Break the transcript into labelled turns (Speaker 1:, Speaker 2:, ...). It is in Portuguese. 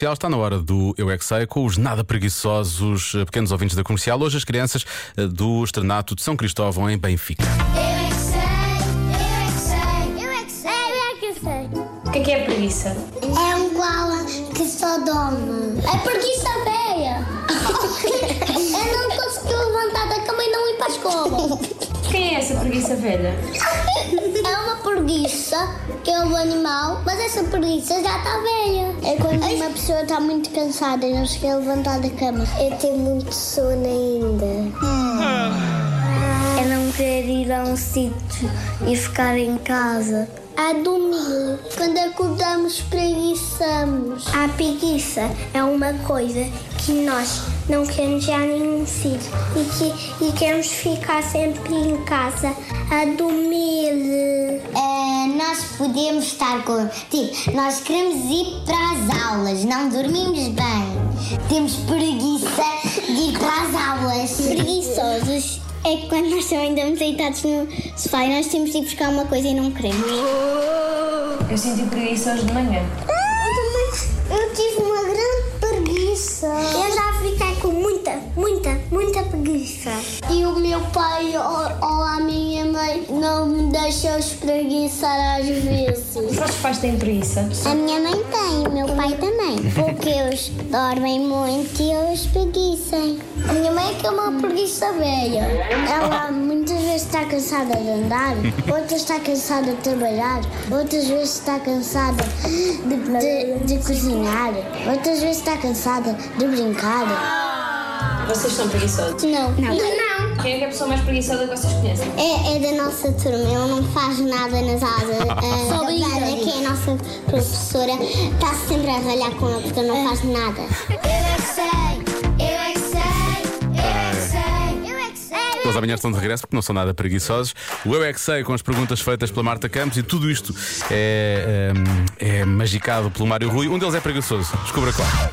Speaker 1: Comercial está na hora do Eu é que Sei, com os nada preguiçosos eh, pequenos ouvintes da comercial. Hoje as crianças eh, do Externato de São Cristóvão em Benfica.
Speaker 2: Eu é que sei, eu é que sei, eu é que sei, eu é que sei.
Speaker 3: O que é que é preguiça?
Speaker 2: É um koala que só dorme. É preguiça velha. eu não consegui levantar da cama e não ir para a escola.
Speaker 3: Quem é essa preguiça velha?
Speaker 2: É uma preguiça que é um animal, mas essa preguiça já está velha. É quando uma pessoa está muito cansada e não se quer levantar da cama. Eu tenho muito sono ainda. É não querer ir a um sítio e ficar em casa. A dormir. É Quando acordamos, preguiçamos. A preguiça é uma coisa que nós não queremos ir a nenhum sítio e, que, e queremos ficar sempre em casa a dormir. nós podemos estar com. Tipo, nós queremos ir para as aulas, não dormimos bem. Temos preguiça de ir para as aulas. Preguiçosos. É que quando nós também estamos deitados no sofá e nós temos de ir buscar uma coisa e não queremos.
Speaker 3: Eu senti preguiça hoje de manhã.
Speaker 2: Ah, Eu também eu tive uma grande preguiça. Eu já fiquei com muita, muita, muita preguiça. E o meu pai ou, ou a minha mãe não me deixam espreguiçar às vezes.
Speaker 3: Os vossos pais têm preguiça?
Speaker 2: A minha mãe tem, o meu pai também. Porque eles dormem muito e eles preguiçam. A minha mãe é que é uma preguiça velha. Ela muitas vezes está cansada de andar, outras está cansada de trabalhar, outras vezes está cansada de, de- de cozinhar, outras vezes está cansada de brincar.
Speaker 3: Vocês são preguiçosos.
Speaker 2: Não. Não. não.
Speaker 3: Quem é que é a pessoa mais preguiçosa que vocês conhecem?
Speaker 2: É, é da nossa turma, ela não faz nada nas aulas. Eh, A Giovana, que é a nossa professora, está sempre a ralhar com ela porque não faz nada. É. Eu é que sei, eu é que sei, eu é que sei, eu é que sei.
Speaker 1: Eles amanhã estão de regresso porque não são nada preguiçosos. O Eu é que Sei, com as perguntas feitas pela Marta Campos e tudo isto é, eh, é magicado pelo Mário Rui. Um deles é preguiçoso, descubra qual.